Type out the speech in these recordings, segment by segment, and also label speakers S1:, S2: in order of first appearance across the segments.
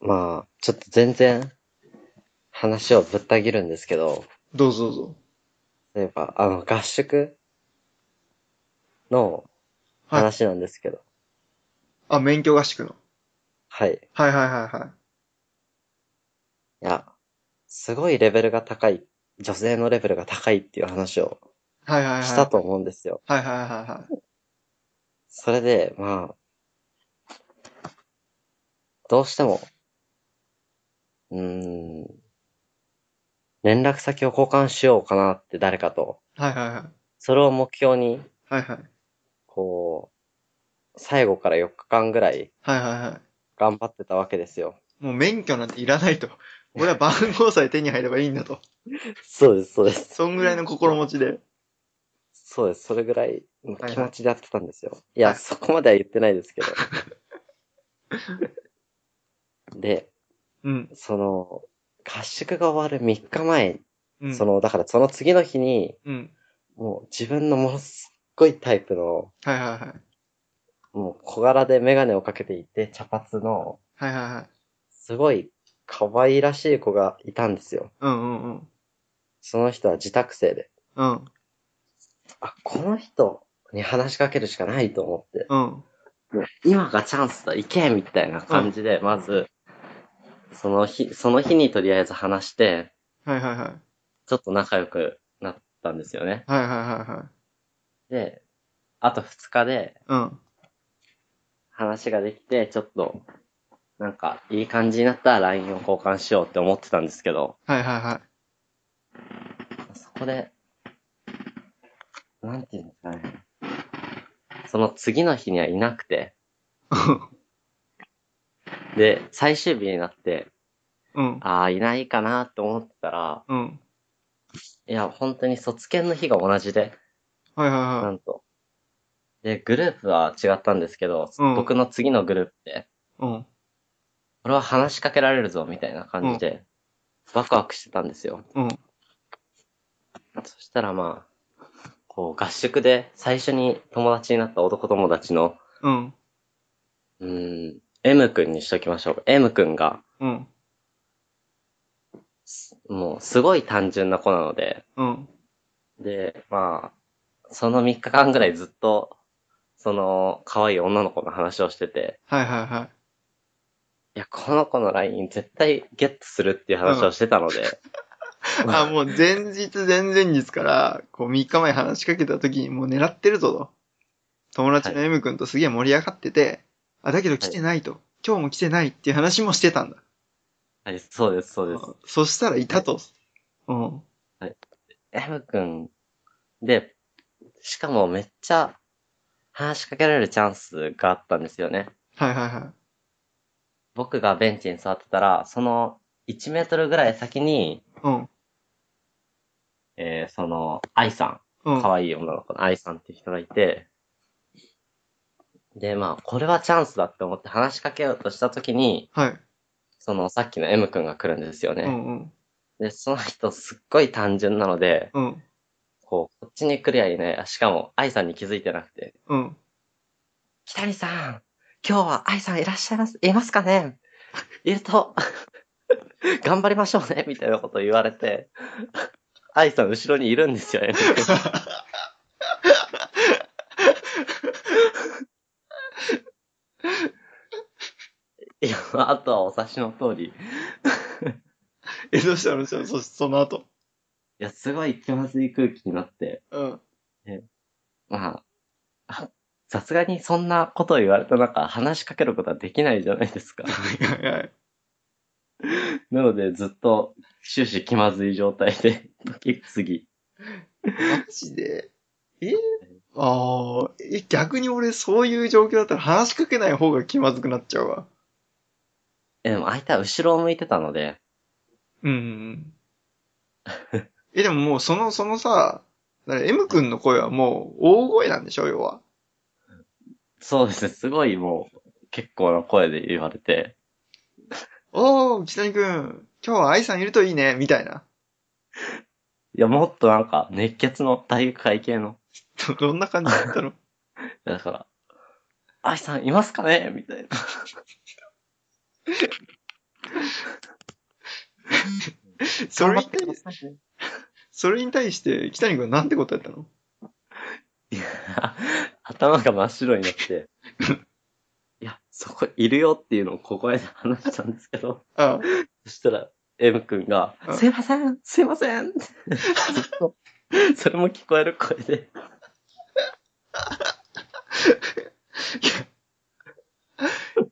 S1: まあ、ちょっと全然話をぶった切るんですけど、
S2: どうぞどうぞ。
S1: 例えば、あの、合宿の
S2: はい。
S1: 話なんですけど、
S2: あ、免許合宿の。
S1: はい。い
S2: はいはいはいはい。
S1: や、すごいレベルが高い、女性のレベルが高いっていう話を
S2: はいはいはい。
S1: したと思うんですよ。
S2: はいはいはいはい。
S1: それで、まあ、どうしても、うーん、連絡先を交換しようかなって誰かと、
S2: はいはいはい。
S1: それを目標に、
S2: はいはい。
S1: こう、最後から4日間ぐらい
S2: はいはいは
S1: 頑張ってたわけですよ。
S2: い。もう免許なんていら ないと。俺は番号さえ手に入ればいいんだと。
S1: そうです、そうです。
S2: そんぐらいの心持ちで。
S1: そうです、それぐらいの
S2: はい
S1: 気持ちでやってたんですよ。いや、そこまでは言ってないですけど。 で、
S2: うん。
S1: その、合宿が終わる3日前
S2: うん。
S1: その、だからその次の日に、
S2: うん。
S1: もう自分のものすっごいタイプの、
S2: はいはいはい。
S1: もう小柄でメガネをかけていて、茶髪の、
S2: はいはいはい。
S1: すごい可愛らしい子がいたんですよ。
S2: うんうんうん。
S1: その人は自宅生で。
S2: うん。
S1: あ、この人に話しかけるしかないと思って、
S2: うん。
S1: 今がチャンスだ、行けみたいな感じで、まず、その日、その日にとりあえず話して、
S2: はいはいはい。
S1: ちょっと仲良くなったんですよね。
S2: はいはいはいはい。
S1: で、あと2日で、
S2: うん。
S1: 話ができて、ちょっと、なんか、いい感じになったら LINE を交換しようって思ってたんですけど、
S2: はいはいはい。
S1: そこで、なんていうんですかね。その次の日にはいなくて、で、最終日になって、
S2: うん。
S1: ああ、いないかなって思ってたら、
S2: うん。
S1: いや、本当に卒検の日が同じで、
S2: はいは
S1: な
S2: いは
S1: んと。で、グループは違ったんですけど、
S2: うん
S1: 僕の次のグループで、
S2: い。うん。
S1: 俺は話しかけられるぞ、みたいな感じで、ワクワクしてたんですよ。
S2: うん。
S1: そしたらまあ、こう合宿で最初に友達になった男友達の、
S2: うん。
S1: うーん、M 君にしときましょう。M 君が、
S2: うん。
S1: すもうすごい単純な子なので、
S2: うん。
S1: で、まあ、その3日間ぐらいずっと、その、可愛い女の子の話をしてて、
S2: はいはいはい。
S1: いや、この子の LINE 絶対ゲットするっていう話をしてたので、
S2: あ、もう前日前々日から、こう3日前話しかけた時にもう狙ってるぞと。友達の M 君とすげえ盛り上がってて、あ、だけど来てないと。今日も来てないっていう話もしてたんだ。
S1: はい、そうです、そうです。
S2: そしたらいたと。うん。
S1: M 君で、しかもめっちゃ話しかけられるチャンスがあったんですよね。
S2: はいはいは
S1: 僕がベンチに座ってたら、その1メートルぐらい先に、
S2: い。うん。
S1: えー、その、愛さ、
S2: うんん。
S1: 可愛い女の子の愛さんっていう人がいて、で、まあ、これはチャンスだって思って話しかけようとした時に、
S2: はい。
S1: その、さっきの M 君が来るんですよ
S2: う
S1: ね。
S2: んうん。
S1: で、その人すっごい単純なので、
S2: うん。
S1: こう、こっちに来りゃいない。しかも、愛さんに気づいてなくて、
S2: うん。
S1: 北谷さん、今日は愛さんいらっしゃいます、いますかねいると、 頑張りましょうね、みたいなこと言われて、愛さん後ろにいるんですよね。 いや、あとはお察しの通り、い
S2: え、どうしたのそそその後。
S1: や、すごい気まずい空気になって、
S2: うん。
S1: まあ、さすがにそんなことを言われた中、話しかけることはできないじゃないですか。
S2: はいはいはい。
S1: なので、ずっと終始気まずい状態で、時過ぎ。
S2: マジで。えああ、え、逆に俺そういう状況だったら話しかけない方が気まずくなっちゃうわ。
S1: えでも相手は後ろを向いてたので、
S2: うんうんうん。え、でももうその、そのさ、だから M 君の声はもう大声なんでしょ、要は。
S1: そうですね、すごいもう、結構な声で言われて、
S2: おー、北谷君、今日は愛さんいるといいね、みたいな。
S1: いや、もっとなんか、熱血の体育会系の、
S2: どどんな感じだっ たの
S1: だから、愛さんいますかねみたいな。
S2: それ
S1: 頑
S2: に
S1: 張ってくださいね
S2: それに対して、北谷君はなんて答えたの
S1: いや、 頭が真っ白になって、いや、そこいるよっていうのを小声で話したんですけど、
S2: あ
S1: そしたら、M 君が
S2: う、ん
S1: すいません、すいませんって、ずっと、 それも聞こえる声で、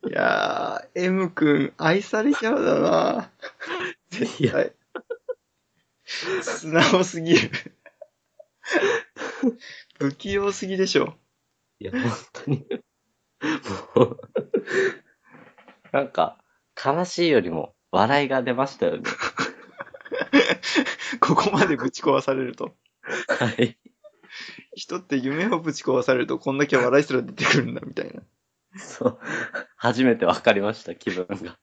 S2: いやー、M 君、愛されキャラだな。
S1: いや、
S2: はい。素直すぎる。 不器用すぎでしょ。
S1: いや、本当に、もう、なんか、悲しいよりも、笑いが出ましたよね。
S2: ここまでぶち壊されると。
S1: はい。
S2: 人って夢をぶち壊されるとこんだけ笑いすら出てくるんだ、みた いな。
S1: そう。初めて分かりました、気分が。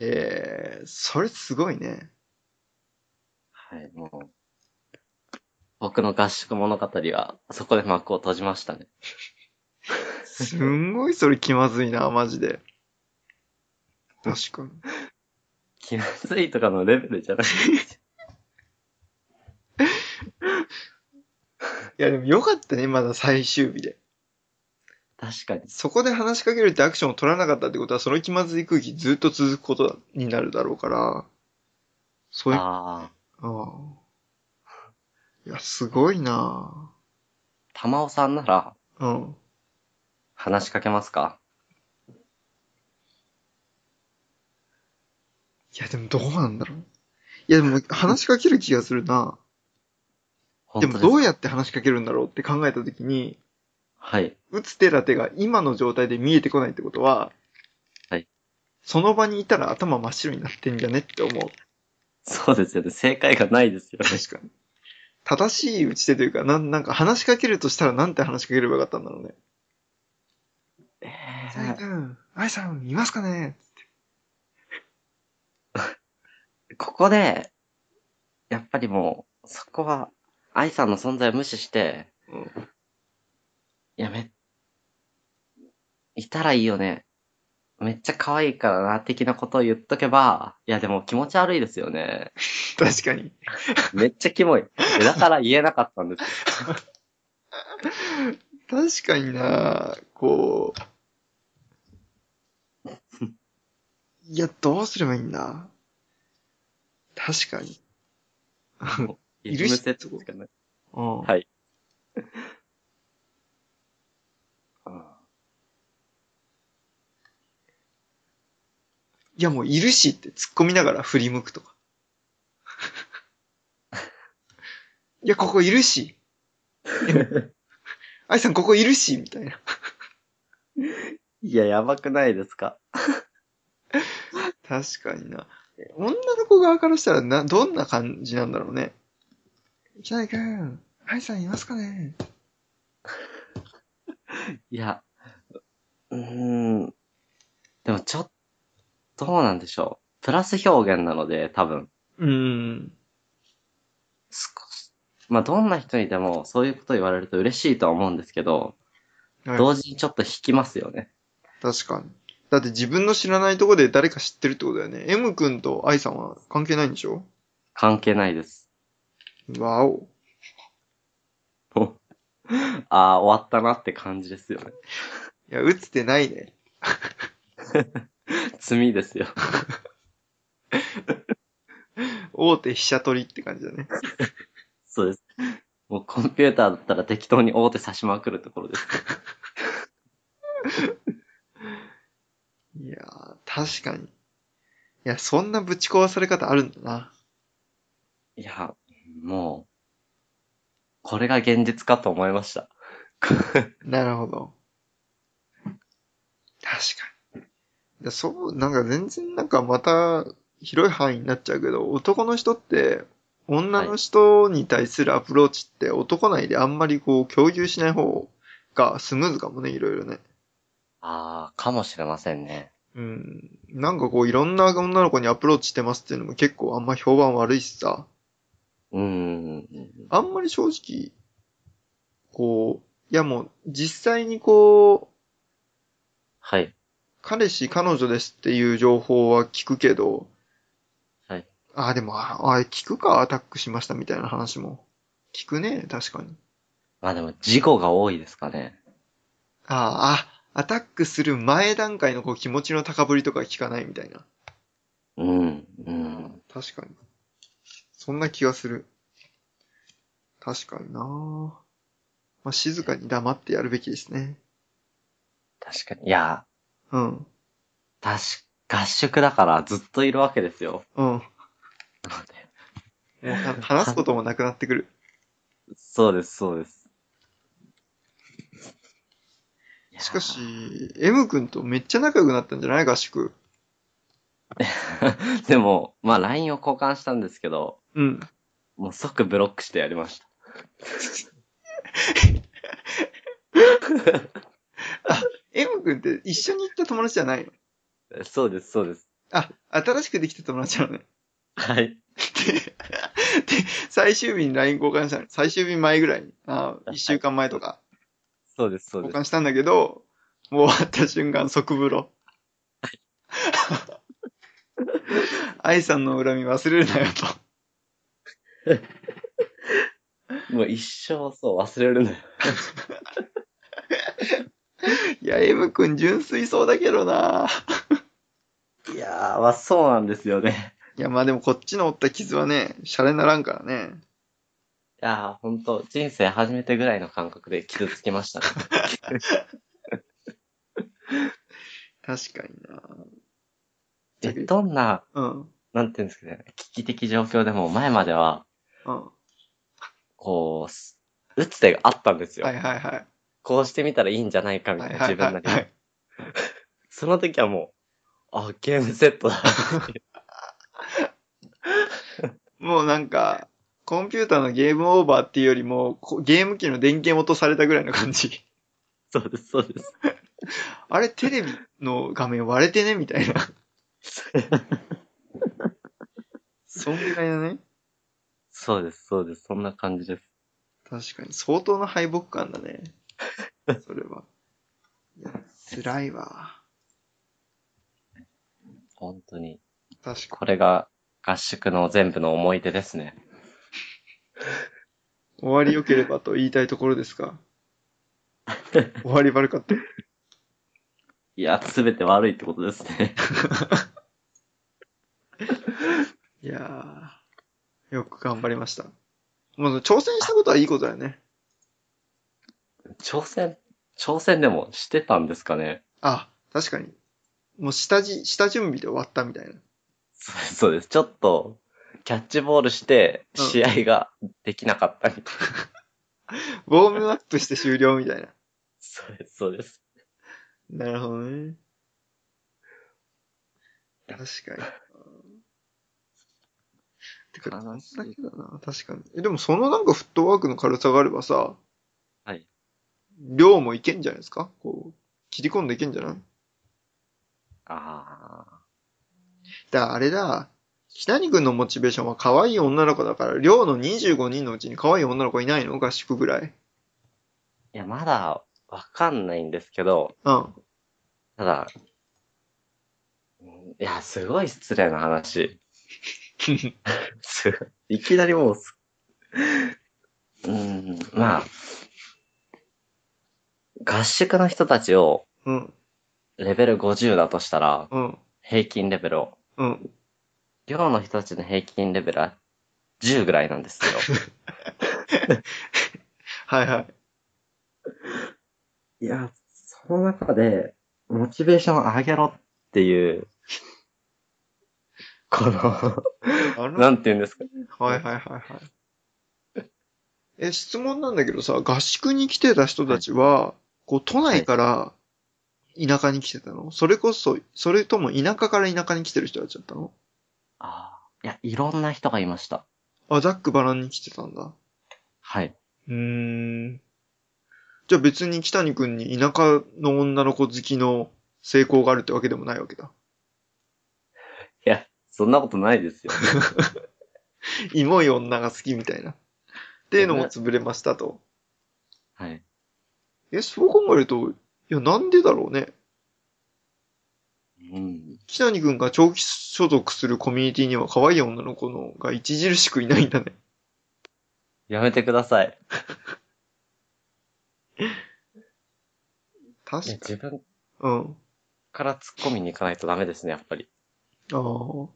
S2: えー、それすごいね。
S1: はい、もう。僕の合宿物語は、そこで幕を閉じましたね。
S2: すんごいそれ気まずい な、マジで。確かに。
S1: 気まずいとかのレベルじゃない。
S2: いや、でもよかったね、まだ最終日で。
S1: 確かに。
S2: そこで話しかけるってアクションを取らなかったってことは、その気まずい空気ずっと続くことになるだろうから、そういう、あ
S1: ああ。
S2: あ。いや、すごいな
S1: 玉尾さんなら、
S2: ぁうん。
S1: 話しかけますか
S2: いや、でもどうなんだろう。いや、でも話しかける気がするなでもどう
S1: や
S2: やって話しかけるんだろうって考えたときに、
S1: はい。
S2: 打つ手立てが今の状態で見えてこないってことは、
S1: はい。
S2: その場にいたら頭真っ白になってんじゃねって思 う。
S1: そうですよね。正解がないですよね。
S2: 確かに。正しい打ち手というか、なん、なんか話しかけるとしたらなんて話しかければよかったんだろう ね。
S1: え
S2: さいくん、愛さん、いますかね
S1: ーここで、やっぱりもう、そこは、愛さんの存在を無視して、
S2: うん
S1: やめ、いたらいいよね。めっちゃ可愛いからな、的なことを言っとけば、いやでも気持ち悪いですよね。
S2: 確かに。
S1: めっちゃキモい。でだから言えなかったんですよ。
S2: 確かになこう。 いや、どうすればいいんだ確かに。いるし
S1: 義務セットですかね。
S2: うん。
S1: はい。あ
S2: いや、もういるしって突っ込みながら振り向くとか。 いや、ここいる し。愛さん、ここいるし、みたいな。
S1: いや、やばくないですか
S2: 確かにな。女の子側からしたらな、どんな感じなんだろうね。ひなりくん、愛さんいますかね
S1: いや、ううーん。でもちょっと、どうなんでしょう。プラス表現なので、多分、
S2: うーん。
S1: 少し。まあ、どんな人にでも、そういうこと言われると嬉しいとは思うんですけど、
S2: はい、
S1: 同時にちょっと引きますよね。
S2: 確かに。だって自分の知らないとこで誰か知ってるってことだよね。M 君と愛さんは関係ないんでしょ
S1: 関係ないです。
S2: わお。
S1: もうああ、終わったなって感じですよね。
S2: いや、打つてないね。
S1: 罪ですよ。
S2: 大手飛車取りって感じだね。
S1: そうです。もうコンピューターだったら適当に大手差しまくるところです。
S2: いやー、確かに。いや、そんなぶち壊され方あるんだな。
S1: いや、もう、これが現実かと思いました。
S2: なるほど。確かに。でそう、なんか全然なんかまた広い範囲になっちゃうけど、男の人って、女の人に対するアプローチって男内であんまりこう共有しない方がスムーズかもね、いろいろね。
S1: ああ、かもしれませんね。
S2: うん。なんかこういろんな女の子にアプローチしてますっていうのも結構あんま評判悪いしさ。
S1: うーん。
S2: あんまり正直、こう、いやもう実際にこう、
S1: はい。
S2: 彼氏、彼女ですっていう情報は聞くけど、
S1: はい。
S2: あ、でも、あ、あ聞くか、アタックしましたみたいな話も。聞くね、確かに。
S1: まあでも、事故が多いですかね。
S2: ああ、アタックする前段階のこう気持ちの高ぶりとか聞かないみたいな。
S1: うん、うん。
S2: 確かに。そんな気がする。確かになまあ、静かに黙ってやるべきですね。
S1: 確かに。いや、
S2: うん。
S1: 確か、合宿だからずっといるわけですよ。
S2: うん。も
S1: なので
S2: うは話すこともなくなってくる。
S1: そうです、そうです。いやー
S2: しかし、、M 君とめっちゃ仲良くなったんじゃない合宿。
S1: でも、まあ LINE を交換したんですけど、
S2: うん。
S1: もう即ブロックしてやりました。
S2: M 君って一緒に行った友達じゃないの
S1: えそうです、そうです。
S2: あ、新しくできた友達なのね。
S1: はい。
S2: で、で最終日に LINE 交換したの。最終日前ぐらいに。あー一週間前とか
S1: そうです、そうで
S2: 交
S1: す。
S2: 換したんだけど、もう終わった瞬間即風呂。 愛さんの恨み忘れるなよと。
S1: もう一生そう忘れるのよ。
S2: いや、M 君純粋そうだけどない
S1: やー、まあそうなんですよね。
S2: いや、まあでもこっちの負った傷はね、シャレにならんからね。
S1: いやー、ほんと、人生初めてぐらいの感覚で傷つきま したね。
S2: 確かにな
S1: で、どんな、
S2: うん。
S1: なんていうんですかね、危機的状況でも前までは、
S2: うん。は
S1: こうす、打つ手があったんです
S2: い
S1: よ。
S2: はいはい。
S1: こうしてみたらいいんじゃないかみ
S2: は
S1: たいな、自
S2: いはいは
S1: 分
S2: い
S1: なり
S2: は
S1: に。
S2: い。
S1: その時はもう、あ、ゲームセットだ。
S2: もうなんか、コンピューターのゲームオーバーっていうよりも、こゲーム機の電源落とされたぐらいの感じ。
S1: そうです、そうです。
S2: あれ、テレビの画面割れてねみたいな。そんぐらいだね。
S1: そうです、そうです。そんな感じです。
S2: 確かに。相当な敗北感だね。それは。いや、辛いわ。
S1: 本当に。
S2: 確か
S1: これが合宿の全部の思い出ですね。
S2: に。終わり良ければと言いたいところです か終わり悪かった。
S1: いや、すべて悪いってことですね。
S2: いやー、よく頑張りました。もう挑戦したことはいいことだよね。
S1: 挑戦、挑戦でもしてたんですかね。
S2: あ、確かに。もう下じ、下準備で終わったみたいな。
S1: そうです、 そうです。ちょっと、キャッチボールして、
S2: うん
S1: 試合ができなかったみたいな。
S2: ウォームアップして終了みたいな。
S1: そうです、そうです。
S2: なるほどね。確かに。てか、
S1: 悲しい
S2: だけだな、確かに。え、でもそのなんかフットワークの軽さがあればさ、
S1: はい。
S2: 量もいけんじゃないですかこう、切り込んでいけんじゃない
S1: ああ。
S2: だからあれだ、北谷君のモチベーションは可愛い女の子だから、寮の25人のうちに可愛い女の子いないの合宿ぐらい。
S1: いや、まだわかんないんですけど、
S2: うん。
S1: ただ、うんいや、すごい失礼な話。すごいいきなりもうす、うん、まあ、合宿の人たちを
S2: うん。
S1: レベル50だとしたら、
S2: うん。
S1: 平均レベルを、
S2: うん。
S1: 寮の人たちの平均レベルは10ぐらいなんですよ。
S2: はいは い。
S1: いや、その中で、モチベーション上げろっていう、この、
S2: あの
S1: なんて言うんですか。
S2: はいはいはいはい。え、質問なんだけどさ、合宿に来てた人たちは、こう、都内から田舎に来てたのそれこそ、それとも田舎から田舎に来てる人たちだったの
S1: ああ。いや、いろんな人がいました。
S2: あ、ザックバランに来てたんだ。
S1: はい。
S2: うーん。じゃあ別に北谷くんに田舎の女の子好きの成功があるってわけでもないわけだ。
S1: いや、そんなことないですよ。
S2: イモい女が好きみたいな。っていうのも潰れましたと。
S1: はい。
S2: え、そう考えると、いや、なんでだろうね。木谷くんが長期所属するコミュニティには可愛い女の子のが著しくいないんだね。
S1: やめてください。いや
S2: 確か
S1: 自分
S2: に。うん。
S1: から突っ込みに行かないとダメですね、やっぱり。
S2: ああ。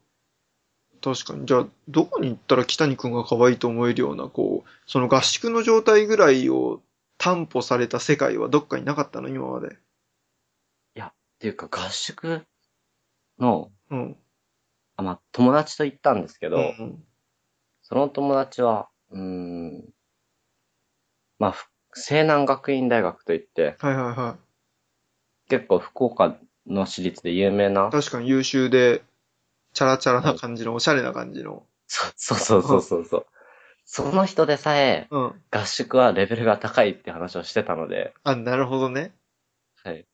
S2: 確かに。じゃあ、どこに行ったら北にくんが可愛いと思えるような、こう、その合宿の状態ぐらいを担保された世界はどっかになかったの今まで。
S1: っていうか、合宿の、
S2: うん。
S1: あまあ、友達と行ったんですけど、
S2: うん
S1: その友達は、うーん、まあ、ふ西南学院大学といって、
S2: はいはいは。、
S1: 結構福岡の私立で有名ない
S2: 確かに優秀で、チャラチャラな感じの、おしゃれな感じの。
S1: そそうそうそうそうそう。その人でさえ、
S2: うん。
S1: 合宿はレベルが高いって話をしてたので、
S2: あ、なるほどね。
S1: はい。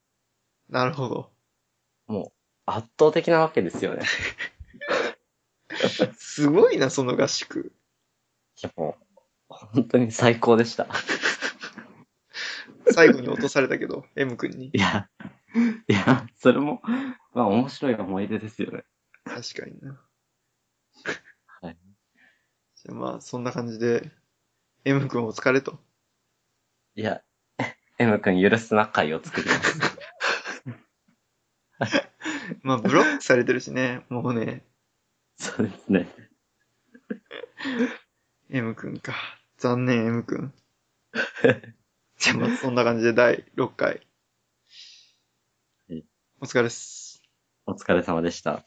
S2: なるほど。
S1: 圧倒的なわけですよ ね。
S2: すごいな、その合宿。
S1: いやもう、本当に最高でした。
S2: 最後に落とされたけど、M くんに。
S1: いや、いや、それも、まあ面白い思い出ですよね。
S2: 確かにな。
S1: はい。
S2: じゃあまあ、そんな感じで、M くんお疲れと。
S1: いや、M 君許すな会を作ります。
S2: まあ、ブロックされてるしね、もうね、
S1: そうですね。
S2: M くんか。残念、M くん。じゃあ、まあ、そんな感じで第6回
S1: はい。
S2: お疲れっす。
S1: お疲れ様でした。